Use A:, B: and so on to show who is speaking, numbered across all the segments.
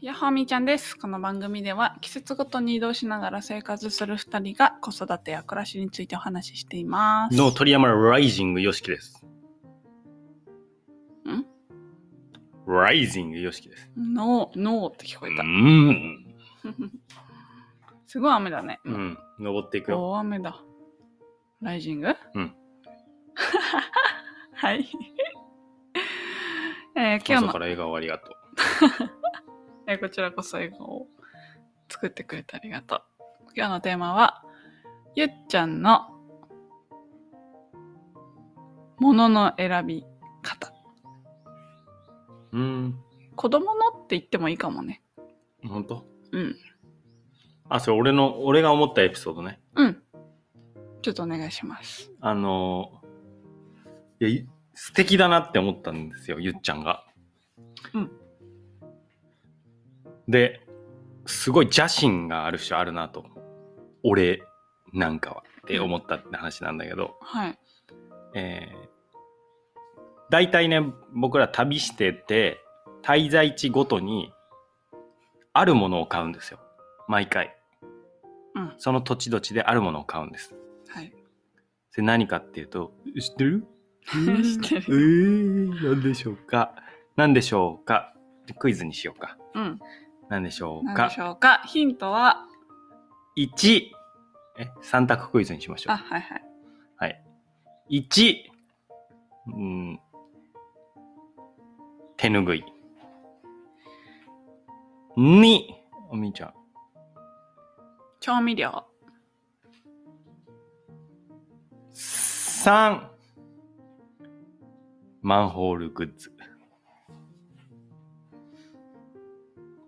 A: やっほーみーちゃんです。この番組では季節ごとに移動しながら生活する2人が子育てや暮らしについてお話ししています。
B: の鳥山ライジングよしきです。
A: ん
B: ライジングよしきです。
A: ノー、ノーって聞こ
B: う
A: えた。
B: ん。
A: すごい雨だね。
B: うん。登っていくよ。
A: 大雨だ。ライジング
B: うん。
A: はい。 えー今日
B: 朝
A: の
B: か、ら笑顔ありがとう。
A: えーこちらこそ笑顔を作ってくれてありがとう。今日のテーマは、ゆっちゃんのものの選び方。
B: うん。
A: 子供のって言ってもいいかもね。
B: ほんと
A: うん。
B: あ、それ俺の、俺が思ったエピソードね。
A: うん。ちょっとお願いします。
B: あのー、いや、い素敵だなって思ったんですよ、ゆっちゃんが。
A: うん。
B: で、すごい邪心がある種あるなと。俺なんかはって思ったって話なんだけど。
A: はい。
B: えー大体ね僕ら旅してて滞在地ごとにあるものを買うんですよ毎回
A: うん。
B: その土地土地であるものを買うんです
A: はい。
B: それ何かっていうと知ってる
A: 知ってる。
B: るえー、何でしょうか何でしょうかクイズにしようか
A: うん。
B: 何でしょう
A: 何
B: か
A: でしょうか。ヒントは、
B: 1え3択クイズにしましょ
A: あ、
B: う
A: はいはい。
B: はい1うん手ぬぐい2おみーちゃん
A: 調味料。
B: 3マンホールグッズ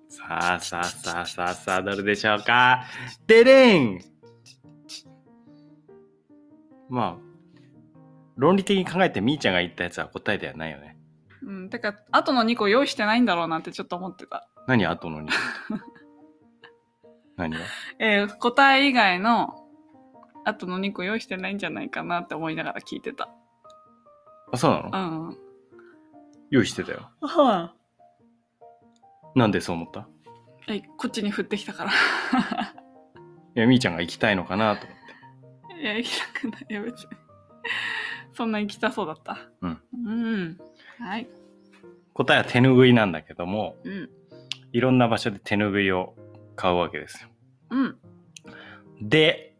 B: さあさあさあさあさあどれでしょうかでれんまあ論理的に考えてみーちゃんが言ったやつは答えではないよね
A: うん。てか、後の2個用意してないんだろうなってちょっと思ってた。
B: 何後のに何が
A: えー答え以外の、後の2個用意してないんじゃないかなって思いながら聞いてた。
B: あそうなの
A: うん。は
B: 用意してたよ
A: あ。
B: なんでそう思った
A: え、こっちに降ってきたから。
B: いやみーちゃんが行きたいのかなと思って
A: いや、行きたくないよ、別に。そんな行きたそうだった。
B: うん。
A: うん。はい。
B: 答えは手ぬぐいなんだけども、
A: うん。
B: いろんな場所で手ぬぐいを買うわけですよ。
A: うん。
B: で、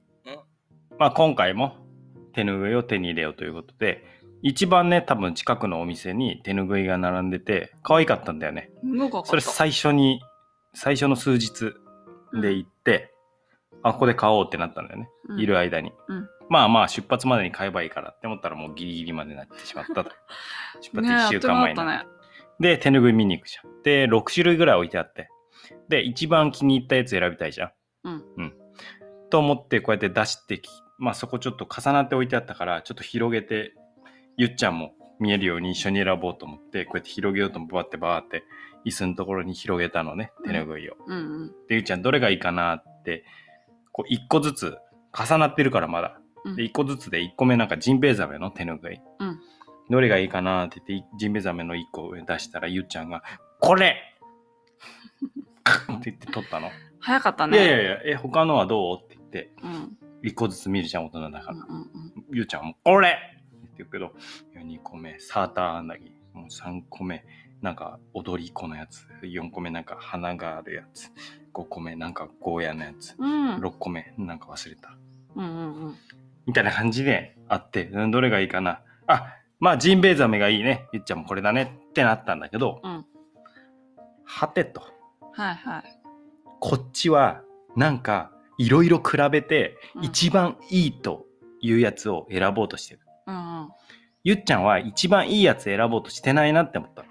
B: まあ、今回も手ぬぐいを手に入れようということで、一番ね、多分近くのお店に手ぬぐいが並んでて、可愛かったんだよね。
A: 動か
B: それ最初に、最初の数日で行って、あ、ここで買おうってなったんだよね。いる
A: わ
B: 間に。
A: うん
B: まあまあ、出発までに買えばいいからって思ったら、もうギリギリまでなってしま ったと。出発1週間前になって。
A: ね
B: で、手ぬぐい見に行くじゃん。で、6種類ぐらい置いてあって。で、一番気に入ったやつ選びたいじゃん。
A: うん。
B: と思って、こうやって出してき、まあそこちょっと重なって置いてあったから、ちょっと広げて、ゆっちゃんも見えるように一緒に選ぼうと思って、こうやって広げようと思って、バーってバーって、椅子のところに広げたのね、手ぬぐいを。
A: うんうん。
B: で、ゆっちゃんどれがいいかなって、こう一個ずつ、重なってるからまだ。
A: うん
B: で、1個ずつで1個目なんかジンベエザメの手ぬぐい。
A: うん
B: どれがいいかなって言って、ジンベエザメの1個上出したら、ゆっちゃんが、これ って言って取ったの。
A: 早かった
B: い
A: ね。
B: やいやいや、え、他のはどうって言って、
A: うん。
B: 1個ずつ見るじゃん、大人だか
A: う
B: ら
A: ん。うん
B: ゆうちゃんも、これって言うけど、2個目、サーターアンダギー。もう3個目、なんか踊り子のやつ。4個目、なんか花があるやつ。5個目、なんかゴーヤのやつ。
A: うん。うん。
B: 6個目、なんか忘れた。
A: うんうんうん。
B: みたいな感じであって、うんどれがいいかな。あ、まあ、ジンベエザメがいいね。ゆっちゃんもこれだねってなったんだけど、
A: うん
B: はてと。
A: はいはい。
B: こっちは、なんか、いろいろ比べて
A: う、ん
B: 一番いいというやつを選ぼうとしてる。
A: うんうん。
B: ゆっちゃんは一番いいやつ選ぼうとしてないなって思ったの。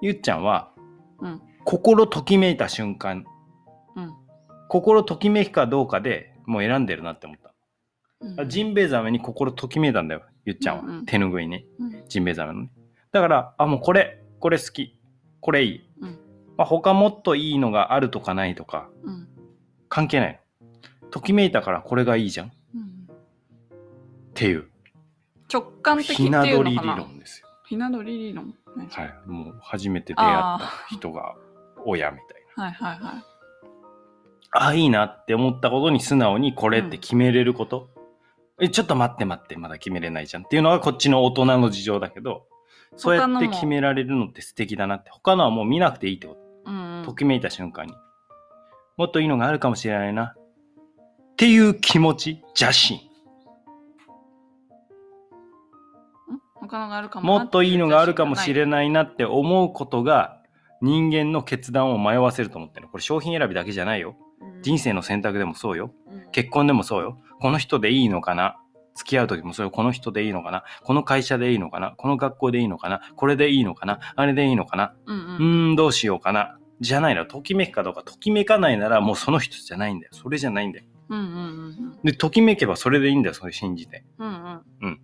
B: ゆっちゃんは、
A: うん
B: 心ときめいた瞬間、
A: うん
B: 心ときめくかどうかでもう選んでるなって思った。
A: うん。
B: あジンベエザメに心ときめいたんだよ、ゆっちゃんは。
A: うんうん
B: 手ぬぐいに。
A: うん
B: ジンベエザメのね。だから、あ、もうこれ、これ好き、これいい。
A: うん
B: まあ、他もっといいのがあるとかないとか、
A: うん
B: 関係ないの。ときめいたからこれがいいじゃんっ
A: うん。
B: ていう、
A: 直感的ってい
B: ひ
A: うの
B: な
A: かな。
B: 鳥理論ですよ。
A: ひな鳥理論。
B: はい。もう初めて出会った人が親みたいな。
A: はいはいはい。
B: ああ、いいなって思ったことに素直にこれって決めれること、え、ちょっと待って待って、まだ決めれないじゃんっていうのがこっちの大人の事情だけど、そうやって決められるのって素敵だなって、他のはもう見なくていいってこと。
A: うんうん。
B: ときめいた瞬間に。もっといいのがあるかもしれないな。っていう気持ち、邪心。
A: ん他のがあるかも
B: も
A: な
B: ってと
A: う
B: いいのがあるかもし
A: ない。
B: れないなって思うことが人間の決断を迷わせると思ってる。これ商品選びだけじゃないよ。
A: うん
B: 人生の選択でもそうよ。
A: うん
B: 結婚でもそうよ。この人でいいのかな付き合う時もそうよ。この人でいいのかなこの会社でいいのかなこの学校でいいのかなこれでいいのかなあれでいいのかな
A: うん
B: う
A: うん。
B: ーん、どうしようかなじゃないな。ときめくかどうか、ときめかないならもうその人じゃないんだよ。それじゃないんだよ。
A: うんうんうん
B: で、ときめけばそれでいいんだよ。それ信じて。
A: うん。うん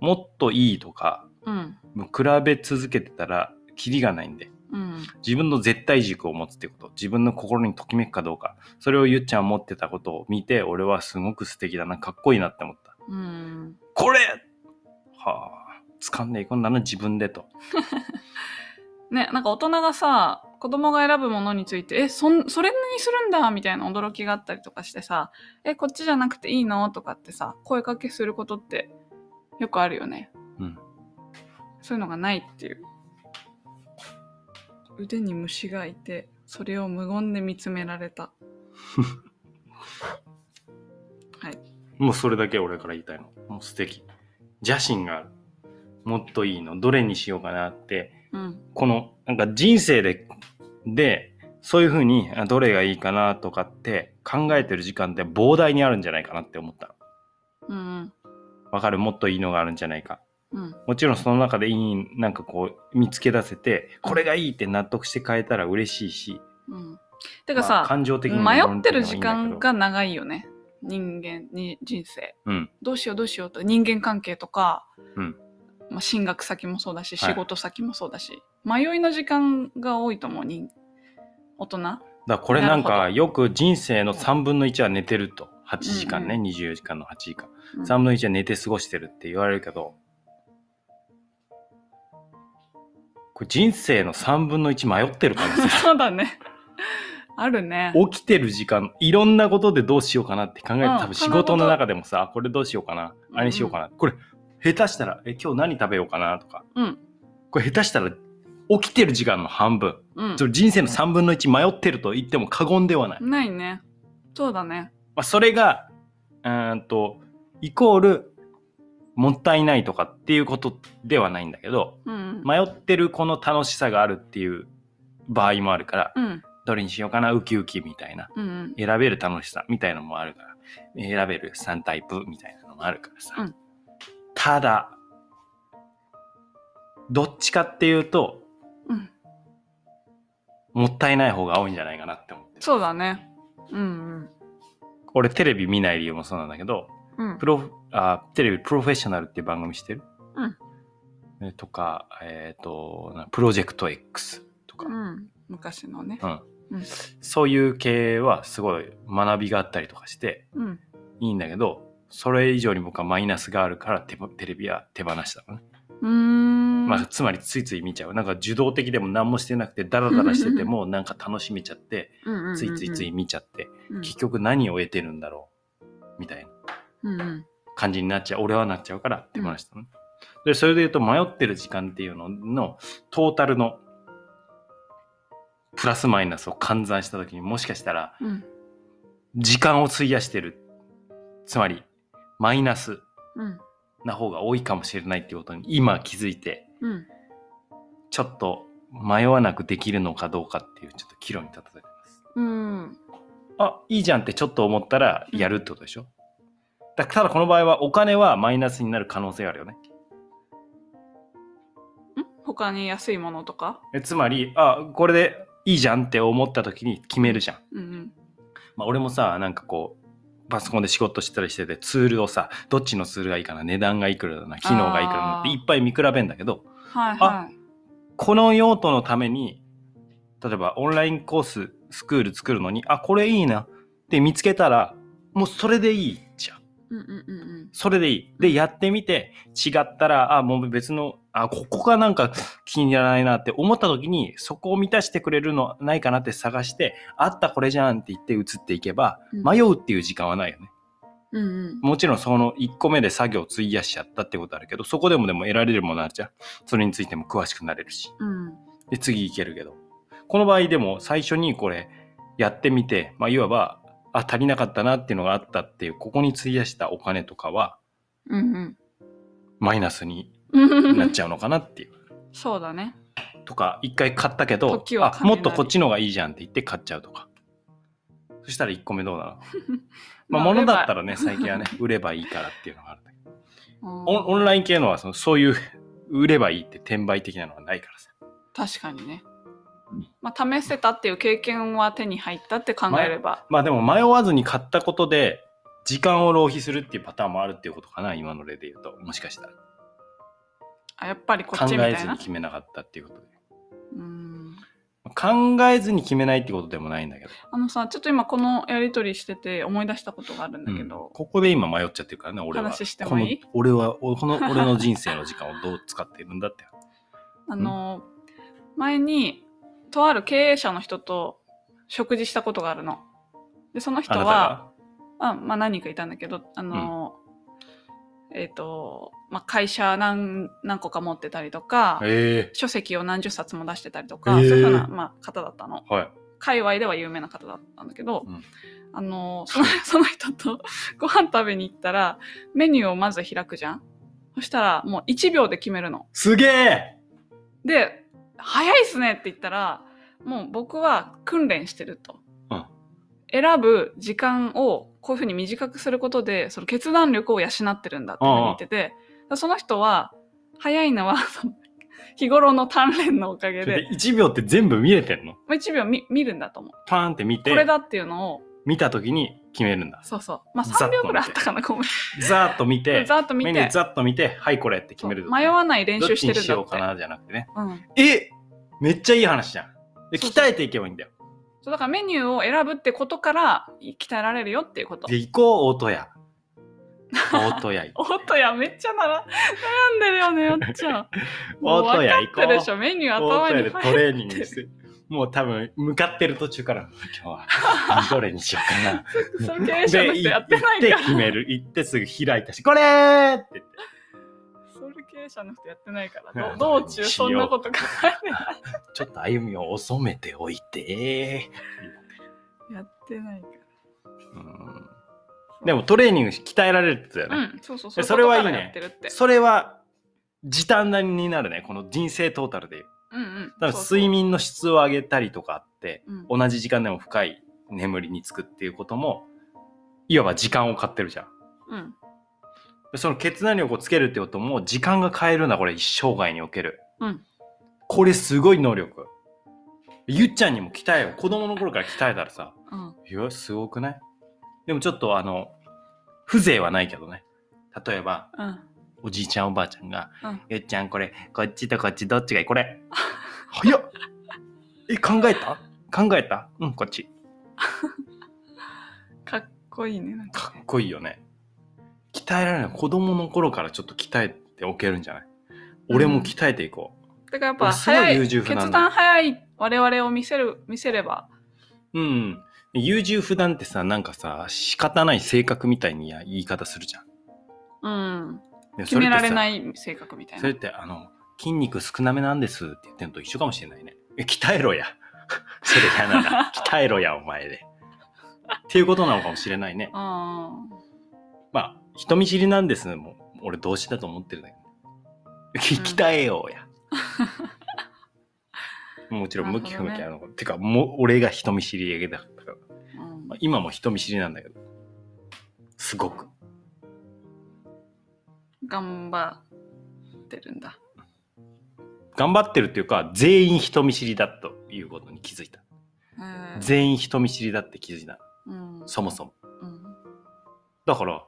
B: もっといいとか、
A: うん。うん
B: もう比べ続けてたら、キリがないんで。
A: うん。
B: 自分の絶対軸を持つってこと自分の心にときめくかどうかそれをゆっちゃん持ってたことを見て俺はすごく素敵だなかっこいいなって思った
A: うん。
B: これはあ掴んでいくんだな自分でと
A: ね、なんか大人がさ、子供が選ぶものについて、え、そん、それにするんだみたいな驚きがあったりとかしてさ、え、こっちじゃなくていいのとかってさ、声かけすることってよくあるよね。
B: うん
A: そういうのがないっていう。腕に虫がいて、それを無言で見つめられた。
B: もうそれだけ俺から言いたいのもう素敵邪心があるもっといいのどれにしようかなって
A: うん。
B: このなんか人生ででそういうふうにあどれがいいかなとかって考えてる時間って膨大にあるんじゃないかなって思った
A: う
B: の
A: ん
B: わかるもっといいのがあるんじゃないか
A: うん。うん。
B: もちろんその中でいい、なんかこう、見つけ出せて、これがいいって納得して変えたら嬉しいし、
A: うん。てか
B: ま
A: さ
B: あ、感情的にも
A: 迷ってる時間
B: 論理的にもいいんだ
A: が長いよね人間に人生
B: けどうん、
A: どうしようどうしようと人間関係とか、
B: うん
A: まあ、進学先もそうだし
B: はい
A: 仕事先もそうだし、迷いの時間が多いと思う人大人
B: だからこれなん
A: な
B: か、
A: る
B: よく人生の3分の1は寝てると。8時間ね、
A: うん
B: 24時間の8時間。
A: うん
B: 3分の1は寝て過ごしてるって言われるけど、これ人生の3分の1迷ってる 可能性。
A: そうだねあるね
B: 起きてる時間、いろんなことでどうしようかなって考えて、
A: うん
B: 多分仕事の中でもさ、これどうしようかな、あれにしようかな。これ、下手したら、え、今日何食べようかなとか。
A: うん
B: これ下手したら起きてる時間の半分、
A: うん
B: それ人生の3分の1迷ってると言っても過言ではない。ま
A: ないねそうだね
B: あ、それが、うーんと、イコール、もったいないとかっていうことではないんだけど、
A: うん
B: 迷ってるこの楽しさがあるっていう場合もあるから、
A: うん
B: どれにしようかな、ウキウキみたいな。
A: うんうん
B: 選べる楽しさみたいのもあるから、選べる3タイプみたいなのもあるからさ。
A: うん
B: ただ、どっちかっていうと、
A: うん
B: もったいない方が多いんじゃないかなって思ってる
A: そうだねうん
B: 俺テレビ見ない理由もそうなんだけど
A: うんうん
B: プロあテレビ「プロフェッショナル」っていう番組してる、
A: うん
B: えとか、えっとなプロジェクト X とか、
A: うん昔のね
B: そういう系はすごい学びがあったりとかして
A: うん
B: いいんだけどそれ以上に僕はマイナスがあるからテテレビは手放したのね、
A: うーん
B: まあ、つまりついつい見ちゃうなんか受動的でも何もしてなくてダラダラしててもなんか楽しめちゃって
A: うんうんうんうん
B: ついついつい見ちゃって
A: うん
B: 結局何を得てるんだろうみたいな。
A: うんうん
B: 感じになっちゃう俺はなっちゃうからって話したの、でそれで言うと迷ってる時間っていうののトータルのプラスマイナスを換算した時にもしかしたら
A: うん
B: 時間を費やしてるつまりマイナス
A: うん
B: な方が多いかもしれないっていうことに今気づいて
A: うん
B: ちょっと迷わなくできるのかどうかっていうちょっと岐路に立たされてます
A: うん
B: あいいじゃんってちょっと思ったらやるってことでしょだただこの場合はお金はマイナスになる可能性があるよね
A: 他に安いものとか
B: えつまりあこれでいいじゃんって思った時に決めるじゃん、
A: うん
B: まあ、俺もさなんかこうパソコンで仕事してたりしててツールをさどっちのツールがいいかな値段がいくらだな機能がいくらだなって
A: あー
B: いっぱい見比べんだけど
A: うんはいはい
B: この用途のために例えばオンラインコーススクール作るのにあこれいいなって見つけたらもうそれでいいじゃん
A: うんうんうんうんうん。
B: それでいい。で、やってみて、違ったら、あ、もう別の、あ、ここがなんか気に入らないなって思った時に、そこを満たしてくれるのないかなって探して、あったこれじゃんって言って移っていけば、
A: うん
B: 迷うっていう時間はないよね。
A: うんうん。
B: もちろんその1個目で作業を費やしちゃったってことあるけど、そこでもでも得られるものあるじゃん。それについても詳しくなれるし。
A: うん。
B: で、次いけるけど。この場合でも最初にこれやってみて、まあ、いわば、あ、足りなかったなっていうのがあったっていう、ここに費やしたお金とかは、
A: うん
B: マイナスに
A: うん。
B: なっちゃうのかなっていう。
A: そうだね。
B: とか、一回買ったけど
A: 時、は
B: あ、
A: 金な
B: も
A: り
B: っとこっちの方がいいじゃんって言って買っちゃうとか。そしたら1個目どうなのまあ、
A: まあ
B: ものだったらね、最近はね、 売ればいいからっていうのがあるんだけど。オン
A: お
B: オンライン系のはそのそういう売ればいいって転売的なのがないからさ
A: 確かにね。まあ、試せたっていう経験は手に入ったって考えれば。
B: まあでも迷わずに買ったことで時間を浪費するっていうパターンもあるっていうことかな今の例で言うともしかしたら
A: あやっぱりこっ
B: 考
A: ちみた
B: え
A: い
B: ず
A: な
B: に。決めなかったっていうことで
A: うん。
B: 考えずに決めないってことでもないんだけど
A: あのさ、ちょっと今このやりとりしてて思い出したことがあるんだけ
B: うん
A: ど、
B: ここで今迷っちゃってるからね俺は
A: 話してもいい
B: この俺はおこの俺の人生の時間をどう使っているんだって
A: あの、前に、とある経営者の人と食事したことがあるの。で、その人
B: あなた
A: は、
B: が
A: あまあ何人かいたんだけど、あの、えっ、と、まあ会社何、何個か持ってたりとか、
B: え
A: 書籍を何十冊も出してたりとか、
B: へえ
A: そういうふうな、まあ、方だったの。
B: えはい
A: 界隈では有名な方だったんだけど、
B: うん
A: あの、その その人とご飯食べに行ったら、メニューをまず開くじゃんそしたら、もう1秒で決めるの。
B: すげえ
A: で、早いっすねって言ったら、もう僕は訓練してると。
B: うん
A: 選ぶ時間をこういうふうに短くすることで、その決断力を養ってるんだっていうふうに言ってて、その人は、早いのは、その 日頃の鍛錬のおかげ
B: それ
A: で
B: で、1秒って全部見れてんの
A: まあ、1秒見見るんだと思う。
B: パーンって見て
A: これだっていうのを、
B: 見た時に決めるんだ
A: そうそう。まあ
B: ざっ
A: 3
B: と
A: 秒ぐらいあったかな、ごめん。
B: ざーっと見 て
A: ざっと見
B: メニュー
A: て。
B: ざっと見て、はい、これって決めると。
A: 迷わない練
B: どっ
A: 習
B: ち
A: して
B: に
A: るん
B: し
A: だ
B: よ
A: っ
B: うか
A: て。
B: なじゃなくてね。
A: うん。
B: えめっちゃいい話じゃん。で、
A: そうそう
B: 鍛えていけばいいんだよ。
A: そうだからメニューを選ぶってことから鍛えられるよっていうこと
B: で、。行こう、大 戸屋。大戸屋行こ
A: おっとや、めっちゃなら悩んでるよね、よっ ちゃん。もう
B: おっとや
A: 分かってるでしょ、メニュー
B: う。大
A: 頭
B: 戸屋
A: に
B: でト
A: 入る。
B: レーニング して。もう多分、向かってる途中から、今日は、どれにしようかな。
A: その経営者の人やってないか
B: で行
A: ら
B: っ。て決める。行ってすぐ開いたし、これーって言って。
A: それ経営者の人やってないか
B: う
A: ら、
B: ん
A: ど道中そんなこと考えない。
B: ちょっと歩みを遅めておいて。
A: やってないから。
B: うんでも、トレーニングし鍛えられるって言ってたよね。
A: うん、そうそうそう。
B: それはいいね
A: そううことからやってるって。
B: それは時短になるねこの人生トータルで言う
A: うんうん。
B: 多分
A: そうそう
B: 睡。眠の質を上げたりとかあって
A: うん
B: 同じ時間でも深い眠りにつくっていうこともいわば時間を買ってるじゃん
A: うん。
B: その決断力をつけるってことも時間が変えるなこれ一生涯における、
A: うん
B: これすごい能力ゆっちゃんにも鍛えよう子供の頃から鍛えたらさ
A: うん。
B: いやすごくないでもちょっとあの風情はないけどね例えば
A: うん。
B: おじいちゃんおばあちゃんが「
A: うん
B: ゆっちゃんこれこっちとこっちどっちがいい これ」早っえ考えた考えたうんこっち
A: かっこいいね。なんか
B: かっこいいよね鍛えられない子供の頃からちょっと鍛えておけるんじゃない俺も鍛えていこ
A: だからやっぱ
B: すごい
A: 早い
B: 優柔不断だ
A: 決断早い我々を見せる見せれば、
B: ううん、優柔不断ってさなんかさ仕方ない性格みたいに言い方するじゃん
A: うん、
B: で
A: 決められないい性格みたい
B: それ
A: な
B: っ。てあの筋肉少なめなんですって言ってんのと一緒かもしれないねえ鍛えろや それ 嫌なら鍛えろやお前でっていうことなのかもしれないね
A: うん
B: まあ、人見知りなんですもん。俺、動詞だと思ってるんだけど。き
A: うん
B: 鍛えよう や。もちろん、
A: なる
B: 向
A: ほ
B: き
A: ど
B: 不
A: ね
B: 向きあるのか。てか、もう、俺が人見知りやげたかったから。
A: うん
B: まあ、今も人見知りなんだけど。すごく。
A: 頑張ってるんだ。
B: 頑張ってるっていうか、全員人見知りだということに気づいた。
A: うん
B: 全員人見知りだって気づいた。
A: うん
B: そもそも。
A: うん
B: だから、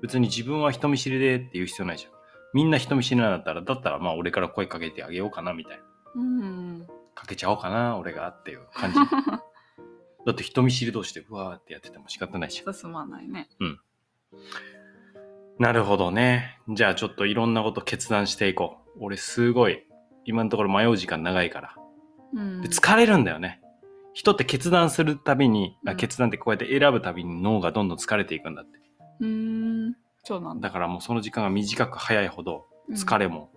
B: 別に自分は人見知りでって言う必要ないじゃん。みんな人見知りなんだったら、だったらまあ俺から声かけてあげようかなみたいな。
A: うん、
B: かけちゃおうかな俺がっていう感じだって人見知り同士でうわーってやってても仕方ないじゃん
A: 進まないね。
B: なるほどね。じゃあちょっといろんなこと決断していこう。俺すごい、今のところ迷う時間長いから。
A: うん
B: で疲れるんだよね。人って決断するたびに、あ
A: うん
B: 決断ってこうやって選ぶたびに脳がどんどん疲れていくんだって。
A: うーんそうなんだ
B: だからもうその時間が短く早いほど疲れも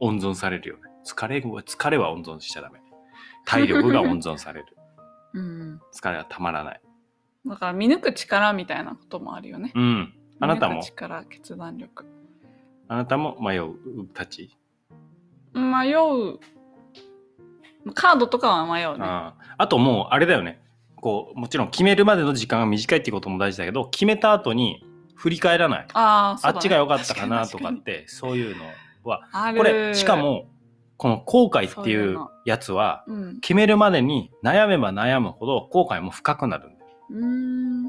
B: 温存されるよね。疲れは、疲れは温存しちゃダメ。体力が温存 される。
A: うん、
B: 疲れはたまらない。
A: うん、だから見抜く力みたいなこともあるよね
B: うん。あなた
A: 見抜
B: も
A: く、力決断力
B: あなたも迷うたち。
A: 迷うカードとかは迷うね
B: あああともうあれだよねこうもちろん決めるまでの時間が短いってことも大事だけど決めた後に振り返らない、
A: ああ
B: あ
A: そうだね、
B: っちが良かったかなとかっ
A: 確に
B: てそういうのは
A: 確かにある
B: これしかもこの後悔って
A: そうい
B: いうう
A: の
B: やつは
A: うん
B: 決めるまでに悩めば悩むほど後悔も深くなるんだよ
A: うーん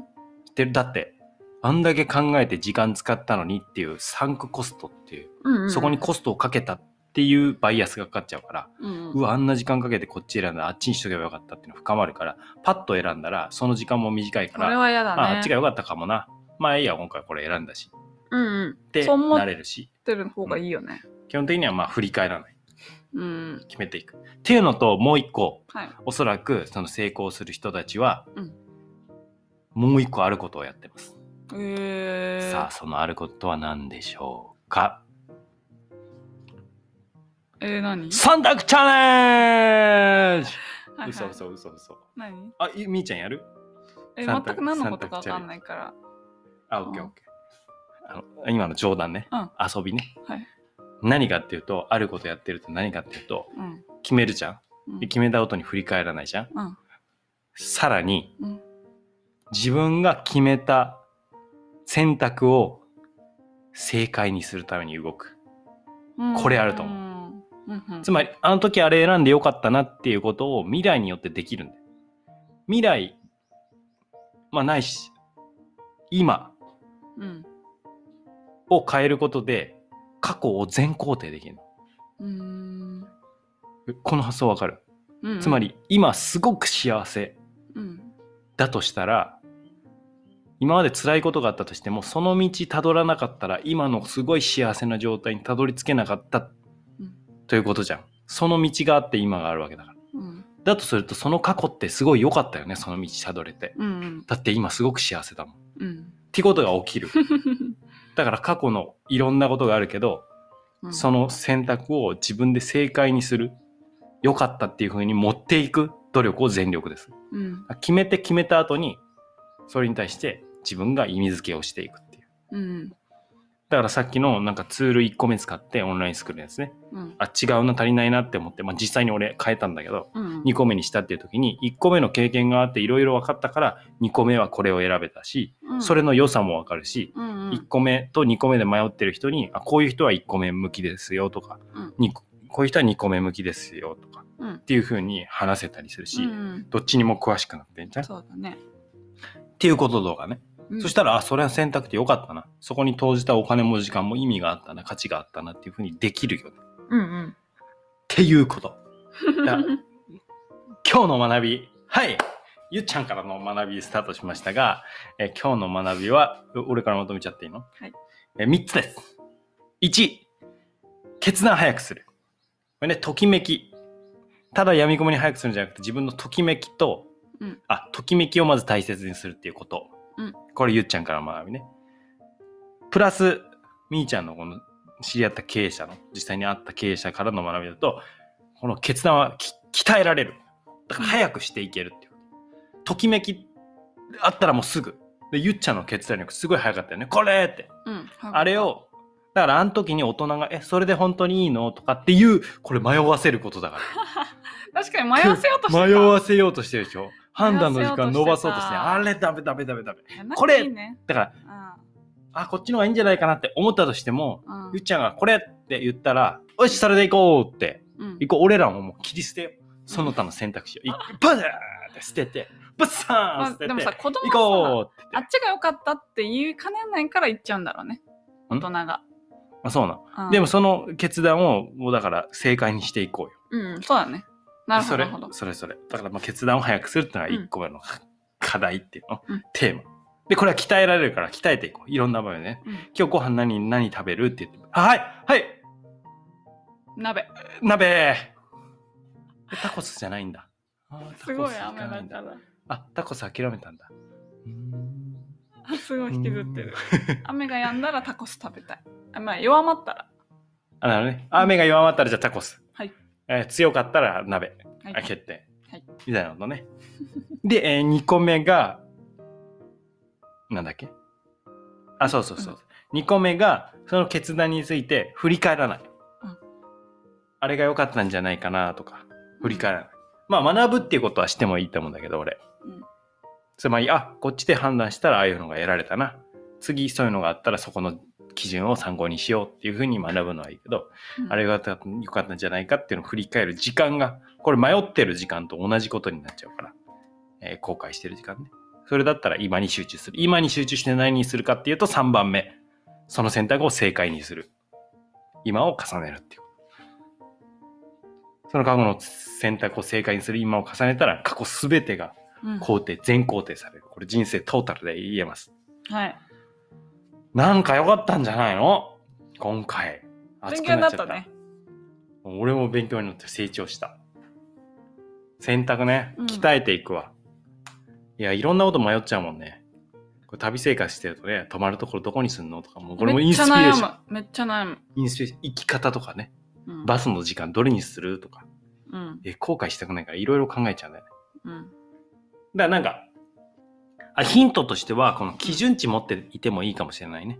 B: でだってあんだけ考えて時間使ったのにっていうサンクコストっていう、
A: うんうん
B: そこにコストをかけたっていうバイアスがかかっちゃうから
A: うん
B: うわ、あんな時間かけてこっち選んだらあっちにしとけばよかったっていうの深まるから、パッと選んだら、その時間も短いか
A: これ
B: ら、
A: は嫌だね
B: ああっちがよかったかもな。まあいいや、今回これ選んだし。
A: うんうん
B: って
A: そう思っ
B: なれるし、
A: てる方がいいよね
B: 基本的にはまあ振り返らない。
A: うん
B: 決めていく。っていうのと、もう一個、
A: はい
B: おそらくその成功する人たちは、
A: うん
B: もう一個あることをやってます。
A: えー、
B: さあ、そのあることは何でしょうか。
A: えー、何
B: 三択チャレンジ
A: はいはい
B: 嘘嘘嘘嘘。
A: 何
B: あ、いみーちゃんやる
A: え
B: 三
A: 全
B: 択
A: く何のことかわかんないから
B: あ、
A: うん
B: オッケーオッケー。あの今の冗談ね、
A: うん
B: 遊びね、
A: はい
B: 何かっていうと、あることやってると何かっていうと、
A: うん
B: 決めるじゃん。
A: うん
B: で決めたことに振り返らないじゃん。
A: うん
B: さらに、
A: うん
B: 自分が決めた選択を正解にするために動く。
A: うん
B: これあると思
A: 思うんうんうん
B: つまり、あの時あれ選んでよかったなっていうことを未来によってできるんだよ。未来、まあないし、今
A: うん
B: を変えることで、過去を全肯定できる。
A: うーん
B: この発想わかる、
A: うん
B: つまり今すごく幸せ
A: うん
B: だとしたら今まで辛いことがあったとしてもその道たどらなかったら今のすごい幸せな状態にたどり着けなかった
A: うん
B: ということじゃんその道があって今があるわけだから
A: うん
B: だとするとその過去ってすごい良かったよねその道たどれて
A: うん
B: だって今すごく幸せだもんっ
A: うん
B: てことが起きる だから過去のいろんなことがあるけど
A: うん
B: その選択を自分で正解にする良かったっていう風に持っていく努力を全力です
A: うん
B: 決めて決めた後にそれに対して自分が意味付けをしていくっていう
A: うん
B: だからさっきのなんかツール1個目使ってオンラインスクールのやつね
A: うん
B: あ違うな足りないなって思って、まあ、実際に俺変えたんだけど
A: うん
B: 2個目にしたっていう時に1個目の経験があっていろいろ分かったから2個目はこれを選べたし
A: うん
B: それの良さも分かるし
A: うんうん
B: 1個目と2個目で迷ってる人にあこういう人は1個目向きですよとか
A: うん
B: にこういう人は2個目向きですよとか
A: うん
B: っていう風に話せたりするし
A: うんうん
B: どっちにも詳しくなってんじゃんっ
A: そうだね
B: ていうこととかね
A: うん
B: そしたら、あ、それは選択ってよかったな。そこに投じたお金も時間も意味があったな、価値があったなっていうふうにできるよね。っ
A: うん
B: ていうこと。
A: うん
B: だ今日の学び、はいゆっちゃんからの学びスタートしましたが、えー今日の学びは、う俺からまとめちゃっていいの
A: はい
B: えー、3つです。1、決断早くする。これね、ときめき。ただ闇雲に早くするんじゃなくて、自分のときめきと、
A: うん
B: あ、ときめきをまず大切にするっていうこと。
A: うん
B: これ、ゆっちゃんからの学びね。プラス、みーちゃんのこの知り合った経営者の、実際に会った経営者からの学びだと、この決断はき鍛えられる。だから早くしていけるっていう。ときめきあったらもうすぐ。で、ゆっちゃんの決断力すごい早かったよね。これって。
A: うん
B: あれを、だからあの時に大人が、え、それで本当にいいのとかっていう、これ迷わせることだか
A: 確かに
B: ら。
A: 迷わせようとしてた
B: 迷わせようとしてるでしょ。判断の時間
A: 迷
B: 伸
A: わ
B: ば
A: せ
B: そう
A: ようと
B: とし
A: して
B: て、
A: た
B: あれダメダメダメダメ。
A: いやなんか
B: これ
A: いいね
B: だから、
A: う
B: あ、こっちの方がいいんじゃないかなって思ったとしても、
A: んうん
B: ゆっちゃんがこれって言ったら、よし、それで行こうって、
A: うん
B: 行こう、俺らももう切り捨てよう。その他の選択肢を、いバザーって捨てて、バッサ
A: ま
B: ーン
A: あ
B: 捨てて、
A: でもさ子供
B: 行
A: は
B: こうって
A: さあ
B: 言っ
A: っちが良かったって言いかねないから言っちゃうんだろうね
B: ん
A: 大人が
B: て。まあそうなの。
A: うん
B: でもその決断を、もうだから正解にしていこうよ。
A: うんそうだねなるほ
B: そ
A: どな
B: れ
A: るほど
B: それそれだからまあ決断を早くするっていうのが
A: うん
B: 1個目の課題っていうの、
A: うん
B: テーマで、これは鍛えられるから鍛えていこう。いろんな場面ね。
A: うん
B: 今日ご飯何、何食べるって言って。あはいはい
A: 鍋。
B: 鍋タコスじゃないんだ。あー
A: すごい
B: タコス行
A: 雨
B: か
A: だ
B: ないん
A: から。
B: あ、タコス諦めたんだ。うーん
A: あすごい引きずってる。雨が止んだらタコス食べたい。あまあ、弱まったら。
B: あ、なるほどね。雨が弱まったらじゃあタコス。
A: はい。
B: えー強かったら鍋。
A: は
B: あ
A: い。
B: 決定。
A: はい
B: みたいなことね。で、え2個目が、なんだっけあ、そうそうそう。2個目が、その決断について振り返らない。
A: うん
B: あれが良かったんじゃないかなとか、振り返らない。まあ、学ぶっていうことはしてもいいと思うんだけど、俺。
A: うん
B: つまり、あ、こっちで判断したらああいうのが得られたな。次、そういうのがあったらそこの基準を参考にしようっていうふうに学ぶのはいいけど、あれ
A: が。
B: が良かったんじゃないかっていうのを振り返る時間が、これ迷ってる時間と同じことになっちゃうから、えー後悔してる時間ね。それだったら今に集中する。今に集中して何にするかっていうと3番目。その選択を正解にする。今を重ねるっていう。その過去の選択を正解にする今を重ねたら過去すべてが
A: うん
B: 肯定、全肯定される。これ人生トータルで言えます。
A: はい。
B: なんか良かったんじゃないの今回。
A: 勉
B: 熱く
A: 強になっ
B: ちゃ
A: たね。
B: 俺も勉強になって成長した。選択ね、
A: うん
B: 鍛えていくわ。いや、いろんなこと迷っちゃうもんね。これ旅生活してるとね、泊まるところどこにすんのとか、もうこれもイ
A: め
B: ン
A: っ
B: ス
A: ちゃ
B: ピレー
A: 悩
B: ション。
A: む。めっちゃ悩む。
B: インスピレーション。生き方とかね、
A: うん
B: バスの時間どれにするとか、
A: うん。
B: え後悔したくないからいろいろ考えちゃうんだよね。
A: うん。
B: だからなんか、あヒントとしては、この基準値持っていてもいいかもしれないね。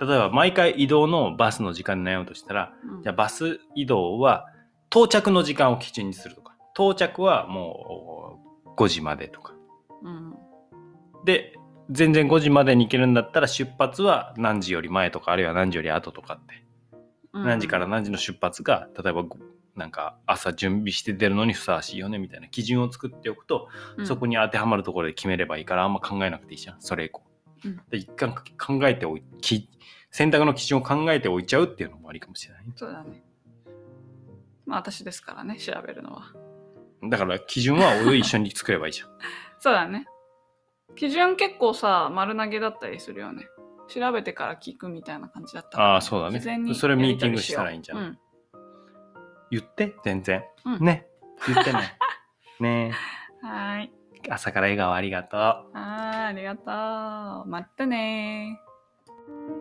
B: 例えば、毎回移動のバスの時間に悩むとしたら、
A: うん
B: じゃあバス移動は到着の時間を基準にするとか、到着はもう5時までとか。
A: うん。
B: で、全然5時までに行けるんだったら出発は何時より前とか、あるいは何時より後とかって。
A: うん
B: 何時から何時の出発が、例えばごなんか朝準備して出るのにふさわしいよねみたいな基準を作っておくと、そこ
A: に。
B: に当てはまるところで決めればいいからあんま考えなくていいじゃんそれ以降、
A: うん
B: で一旦考えておいき選択の基準を考えておいちゃうっていうのもありかもしれない
A: そうだね。まあ私ですからね、調べるのは。
B: だから基準は俺と一緒に作ればいいじゃん
A: そうだね。基準結構さ、丸投げだったりするよね。調べてから聞くみたいな感じだったから
B: ああそうだね
A: 事前に
B: それ
A: やり
B: ミーティン
A: 取り
B: グ
A: よう
B: したらいいんじゃない
A: うん
B: 言って全然、
A: うん
B: ね言って ねね
A: はーい。
B: え朝から笑顔ありがとう
A: あーありがとう。またねー。